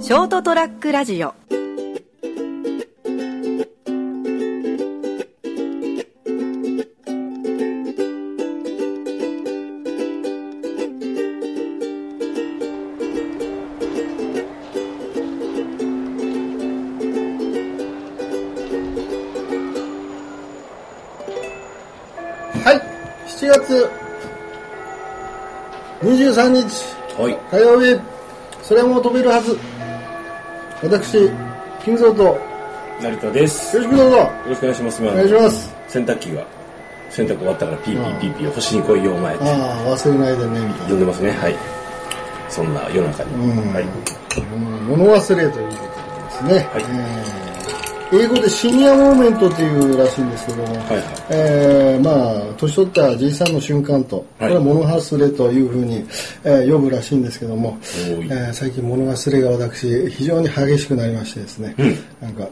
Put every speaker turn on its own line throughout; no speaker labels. ショートトラックラジオ
はい、7月23日
はい。
火曜日、それも飛べるはず。私、金蔵と、よ
成田です。よ
ろしくどうぞ、
ろしくお願いします。ま
お願いします。
あ洗濯機が、洗濯終わったからピーピーピーピーを星に来いよ、お前っ
あ
て
あ、忘れないでね、みたい
呼んでますね。はい。そんな世の中に。
うん
はい。
な。うん物忘れということですね。
はい
えー英語でシニアモーメントっていうらしいんですけども、
はいはい。
えーまあ、年取ったじいさんの瞬間と、こ
はい
れは物忘れというふうに、えー呼ぶらしいんですけども、え
おい
ー最近物忘れが私、非常に激しくなりましてですね、なんか、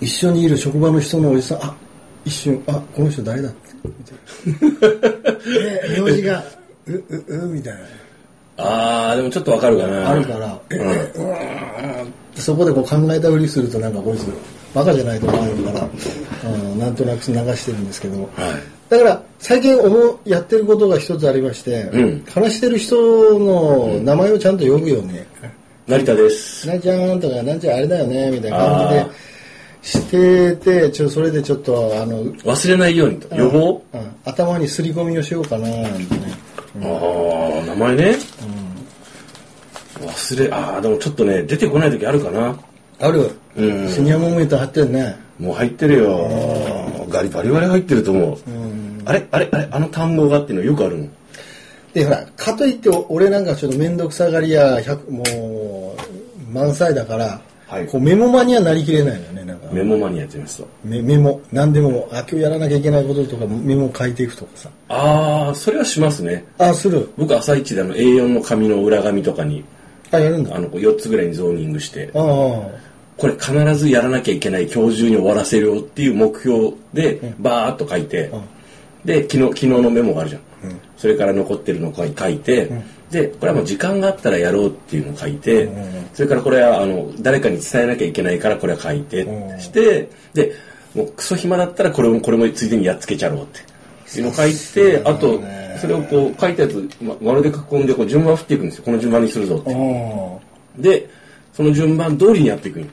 一緒にいる職場の人のおじさん、あ一瞬、あこの人誰だ みたいな。で用事が、う、う、う、みたいな。
あー、でもちょっとわかるかな。
あるから、そこでこう考えたふりするとなんかこいつバカじゃないと思われるから、うん、なんとなく流してるんですけど、だから最近思うやってることが一つありまして、
うん
話してる人の名前をちゃんと呼ぶよね、
成田です。
なんちゃんとかなんちゃんあれだよねみたいな感じで
あー
しててちょそれでちょっとあの、
忘れないようにと。予防
うん頭にすり込みをしようかなみたいな。
あー、名前ね。忘れ、あー、でもちょっとね、出てこない時あるかな。
ある、
うん
シニアモーメント貼ってるね
もう入ってるよ。ガリバリバリ入ってると思う。あれあれあれあの単語がっていうのよくあるもん。
でほらかといってお俺なんかちょっと面倒くさがりや100もう満載だから、
はい
こうメモマにはなりきれないのよねなんか
メモマニアって言いますと。
メメモ何でもあ今日やらなきゃいけないこととかメモ書いていくとかさ
あー、それはしますね。
あする
僕朝一であの A4 の紙の裏紙とかに
あやるんだ
あ
あ
のこう4つぐらいにゾーニングして
あ
これ必ずやらなきゃいけない今日中に終わらせるよっていう目標でバーッと書いてで昨日昨日のメモがあるじゃんそれから残ってるのを書いてでこれはもう時間があったらやろうっていうのを書いてそれからこれはあの誰かに伝えなきゃいけないからこれは書いて
うん
してでもうクソ暇だったらこれもこれもついでにやっつけちゃろうっていうのを書いてあとそれをこう書いたやつま丸で囲んでこう順番振っていくんですよこの順番にするぞって
あ
で、その順番通りにやっていくんよ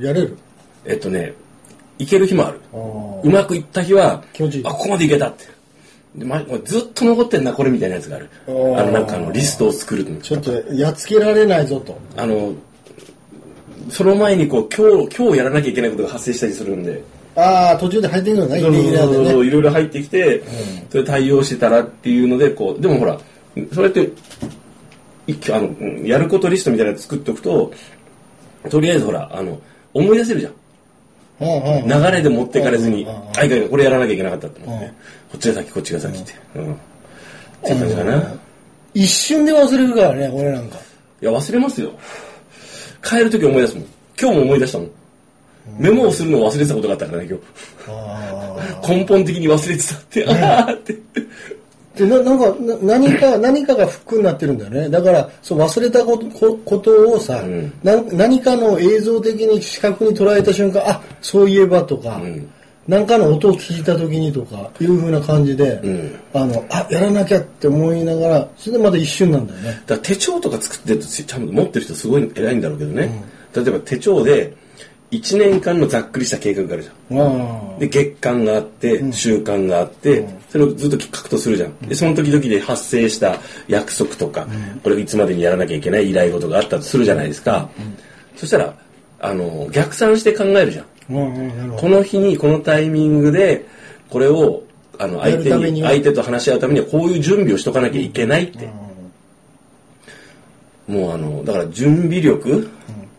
あやれる
えっとね、いける日もある。
ああ
うまくいった日は、
気持ちいい
あ、ここまでいけたって。でま、ずっと残ってんな、これみたいなやつがある。あ
おー
の、なんかあの、リストを作るの
ちょっとやっつけられないぞと
あの、その前にこう、今日、今日やらなきゃいけないことが発生したりするんで、
ああ途中で入ってくるのねイ
そ
レ
う
ギュラ
そう
ー
そうそ
で
う
ね
いろいろ入ってきて、それ対応してたらっていうので、こう、でもほら、それって、いあの、うんやることリストみたいなの作っておくと、とりあえずほら、あの、思い出せるじゃん。
うんうん
流れで持っていかれずに、
うんうんうん
あいかいかこれやらなきゃいけなかったって思って、
うん
こっちが先こっちが先って、うんっていう感じかな、い
一瞬で忘れるからね俺なんか
や忘れますよ帰る時思い出すもん今日も思い出したもんメモをするのを忘れてたことがあったからね今
ああ
日根本的に忘れてたって、ああって
でななんかな何か何かがフックになってるんだよねだからそう忘れたことこことをさ、
ん
な何かの映像的に視覚に捉えた瞬間あそういえばとか、
ん
何かの音を聞いた時にとかいう風な感じで、
ん
あのあやらなきゃって思いながらそれでまた一瞬なんだよね
だから手帳とか作ってるとちちゃんと持ってる人すごい偉いんだろうけどね、例えば手帳で1年間のざっくりした計画があるじゃん
あ
で月間があって習慣があって、それをずっと格闘するじゃん、でその時々で発生した約束とか、これいつまでにやらなきゃいけない依頼事があったとするじゃないですか、そしたらあの逆算して考えるじゃん
あうんうんなるほ
この日にこのタイミングでこれをあの
や
相
る
手
ため
に
には
相手と話し合うためにはこういう準備をしとかなきゃいけないって、もうあのだから準備力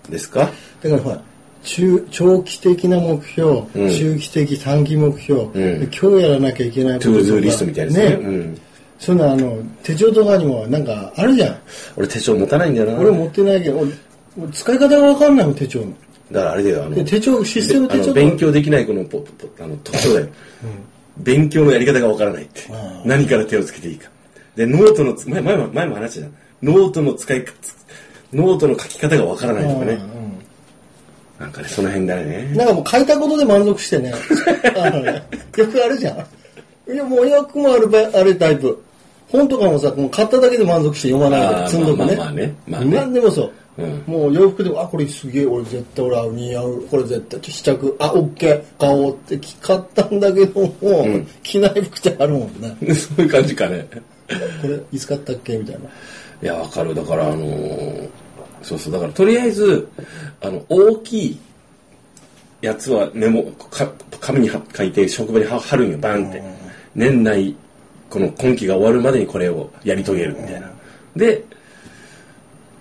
ですか、
どだからほら中長期的な目標、
うん
中期的短期目標、
ん
で今日やらなきゃいけないこ
ト
とと
ゥー
か
ズリストみたいですね
ね
うん、
そんなあの手帳とかにもなんかあるじゃん
俺手帳持たないんだよな
俺持ってないけど俺俺使い方が分かんないもん手帳の
だからあれだよあの
で手帳システム
であ
手帳と
の勉強できない子のポポあの特徴だよ、勉強のやり方がわからないって
ああ
何から手をつけていいかでノートのつ前前も前も話したじゃんノートの使いつノートの書き方がわからないと
う
かね。
ん
なんかね、その辺だよね。
なんかもう書いたことで満足してね。あのねよくあるじゃん。いや、もう訳もあるばあれタイプ。本とかもさ、もう買っただけで満足して読まない
あー
で、積んどくね。
まあまあまあねまあね
なんでもそう。
うん
もう洋服でも、あ、これすげえ、俺絶対俺は似合う。これ絶対試着、あ、オッケー、買おうって買ったんだけども、
ん
着ない服ってあるもんね。
そういう感じかね。
これ、いつ買ったっけみたいな。
いや、わかる。だから、あのーそうそう。だから、とりあえず、あの、大きいやつはメモ、か紙には書いて、職場には貼るんよ、バンって。年内、この今期が終わるまでにこれをやり遂げるみたいな。で、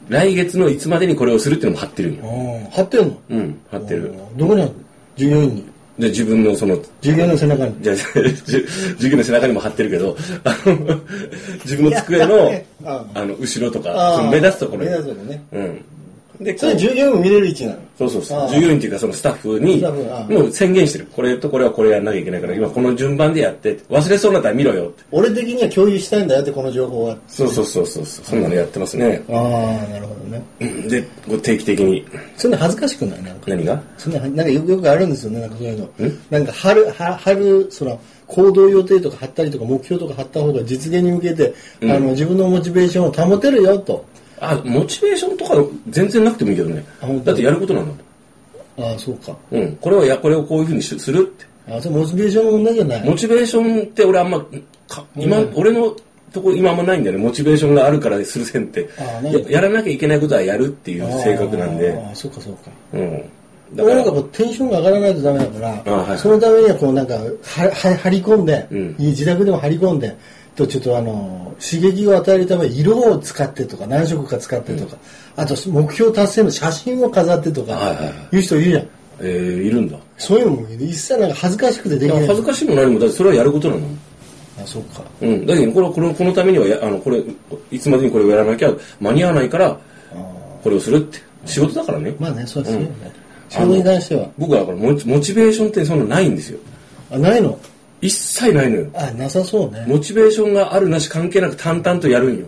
来月のいつまでにこれをするっていうのも貼ってるんよ。
貼ってんの
うん、貼ってる。
どこにあるの従業員に。
で、自分のその、
従業員の背中に。
じゃあ、 じゃあじゅ授業の背中にも貼ってるけど、あの、自分の机の、
あ
あの、後ろとか、
あ
そ
ー
の目立つとこ
目
ろに。
立つところね。
うん。で、こ
それ
う
従業員も見れる位置なの。
そうそうそ
あ
う。
ー
従業員っていうか、そのスタッフに
スタッフあ、ー
もう宣言してる。これとこれはこれやんなきゃいけないから、今この順番でやってって、忘れそうになったら見ろよって。
俺的には共有したいんだよってこの情報は
そうそうそうそう。そんなのやってますね。
ああなるほどね
うんで、こう定期的に。
そんな恥ずかしくないなんか
何が
そんななんかよくよくあるんですよねなんかそういうのなんか春は春その行動予定とか貼ったりとか目標とか貼った方が実現に向けて、あの自分のモチベーションを保てるよと
あ、モチベーションとか全然なくてもいいけどね
あ本。当
だってやることなんだもん。
ああそうか
うん。これはや、これをこういうふうにしするって。
ああそれモチベーションの問題じゃない
モチベーションって俺あんま、か今、俺のところ今あんまないんだよね。モチベーションがあるからするせんって
あー。ない
ややらなきゃいけないことはやるっていう性格なんで。
ああそうかそうか
うん。だか
俺なん
ら
か、こうテンションが上がらないとダメだから、
あはい
そのためにはこうなんかはは張り込んで、
うん
自宅でも張り込んでとちょっとあの刺激を与えるために色を使ってとか何色か使ってとか、あと目標達成の写真を飾ってとか、
はいはいはい
いう人いるじゃん
えー、いるんだ。
そういうのも一切なんか恥ずかしくてで
い
き
や
ない
恥ずかしいも何も、だってそれはやることなの。
あそうか
うん。だけど、これはこの、このためにはや、あの、これ、いつまでにこれをやらなきゃ間に合わないから、これをするって。仕事だからね。
まあねそうですよね、仕事に関しては
僕はだからモチ、モチベーションってそんなないんですよ。
あないの
一切ないのよ。
あなさそうね
モチベーションがあるなし関係なく淡々とやるんよ。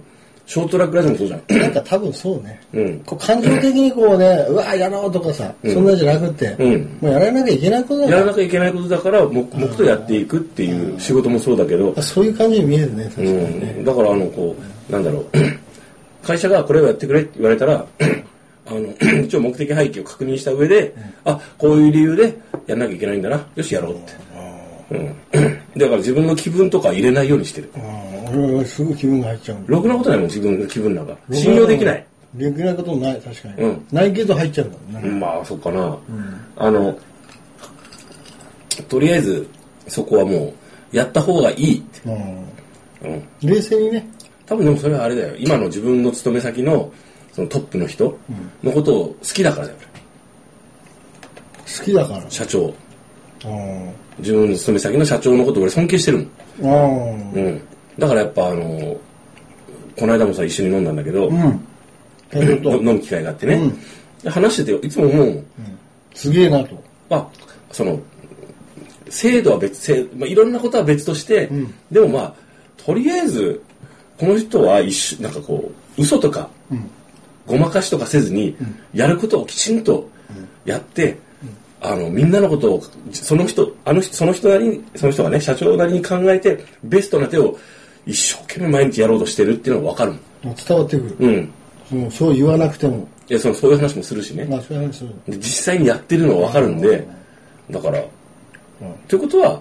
ショートラックラジオもそうじゃ ん。
なんか多分そうね、
うん
こう感情的にこう ねうわやろうとかさ、そんなんじゃなくて、
うん
もうやらなきゃいけないことだか
や
ら
らなきゃいけないことだから、黙々とやっていくっていう仕事もそうだけど、
そういう感じに見えるね、確か
う
にね。
ん、だからあのこうなんだろう 会社がこれをやってくれって言われたら あの 一応目的背景を確認した上で、あこういう理由でやんなきゃいけないんだなよしやろうって、 うん、だから自分の気分とか入れないようにしてる
うん、俺はすぐ気分が入っちゃうんだ。
ろくなことないもん自分の気分なんか信用できない。
できないこともない、確かに。
うん
ないけど入っちゃうんだもんね。
まあそっかな、あのとりあえずそこはもうやった方がいいって、うん、
うん、冷静にね。
多分でもそれはあれだよ今の自分の勤め先のそのトップの人のことを好きだからだよ
好きだから。
社長
うん。
自分の勤め先の社長のこと俺尊敬してるもん、
うん。
うん、だからやっぱあのこの間もさ一緒に飲んだんだけど、
うん。けどと、
の飲む機会があってね、
うん
で話しててよいつも思うもん
すげえなと。
まあその制度は別制、まあ、いろんなことは別として、
ん
でもまあとりあえずこの人は一緒なんかこう嘘とか
うん。
ごまかしとかせずに、やることをきちんとやって、あのみんなのことをその人あの人その人なりにその人がね社長なりに考えてベストな手を一生懸命毎日やろうとしてるっていうのが分かるもん
もう伝わってくる。
うん
もうそう言わなくても。
いやそのそういう話もするしね
まあ、そういう話する。
で実際にやってるのが分かるんでだから
うん。
ということは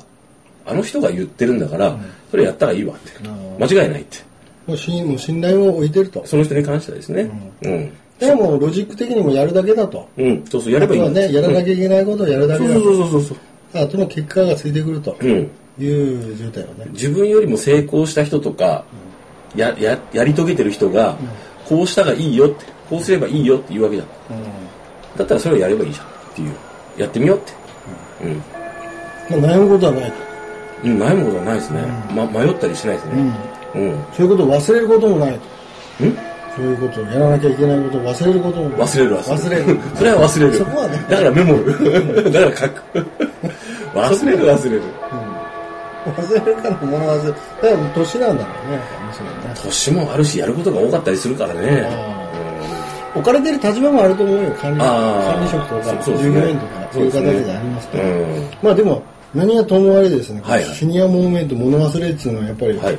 あの人が言ってるんだから、それやったらいいわって
うん
間違いないって
もう信もう信頼を置いてると。
その人に関してはですねうん、
でも、ロジック的にもやるだけだと。
うんそうそうやればいい
あ
ん
とは
だ
ね、やらなきゃいけないことをやるだ
そ
けだ
うそう
と。
そうそうそう
あとの結果がついてくると
うん
いう状態よね。
自分よりも成功した人とか、やややり遂げてる人が、こうしたがいいよってこうすればいいよって言うわけじゃん
うん
だったらそれをやればいいじゃんっていうやってみようってうん、
まあ、悩むことはないと。
うん、悩むことはないですね、ま、迷ったりしないですねうん、
そういうことを忘れることもないと。
ん
そういうことをやらなきゃいけないことを忘れることもない。
忘れる忘
忘
れ
れ
る
る。
それは忘れる
そこはね
だからメモるだから書く忘れる忘れる
忘れるから物忘れ。だからもう年なんだろうね。やっぱねそれね
年もあるしやることが多かったりするからね
あ置かれてる立場もあると思うよ管理
あー
管理職とか
そうで
従
すね
業員とかそういう
そうです
形
ね
でありますけど、
うん
まあでも何がともあれですね、
はいはい
シニアモーメント物忘れっていうのはやっぱり
はい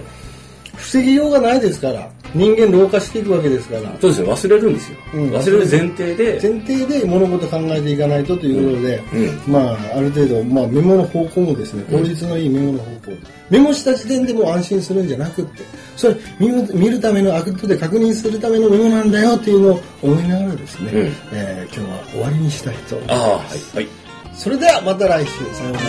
防ぎようがないですから人間老化していくわけですから
そうですね忘れるんですよ、
うん
忘れる前提で
前提で物事考えていかないとということで、
うん
まあある程度、まあ、メモの方向もですね効率のいいメモの方向、メモした時点でもう安心するんじゃなくってそれ見る見るためのアクトで確認するためのメモなんだよっていうのを思いながらですね、
うん
えー今日は終わりにしたいと思い
ああ
ま
は
す
い、はい
それではまた来週さようなら
ー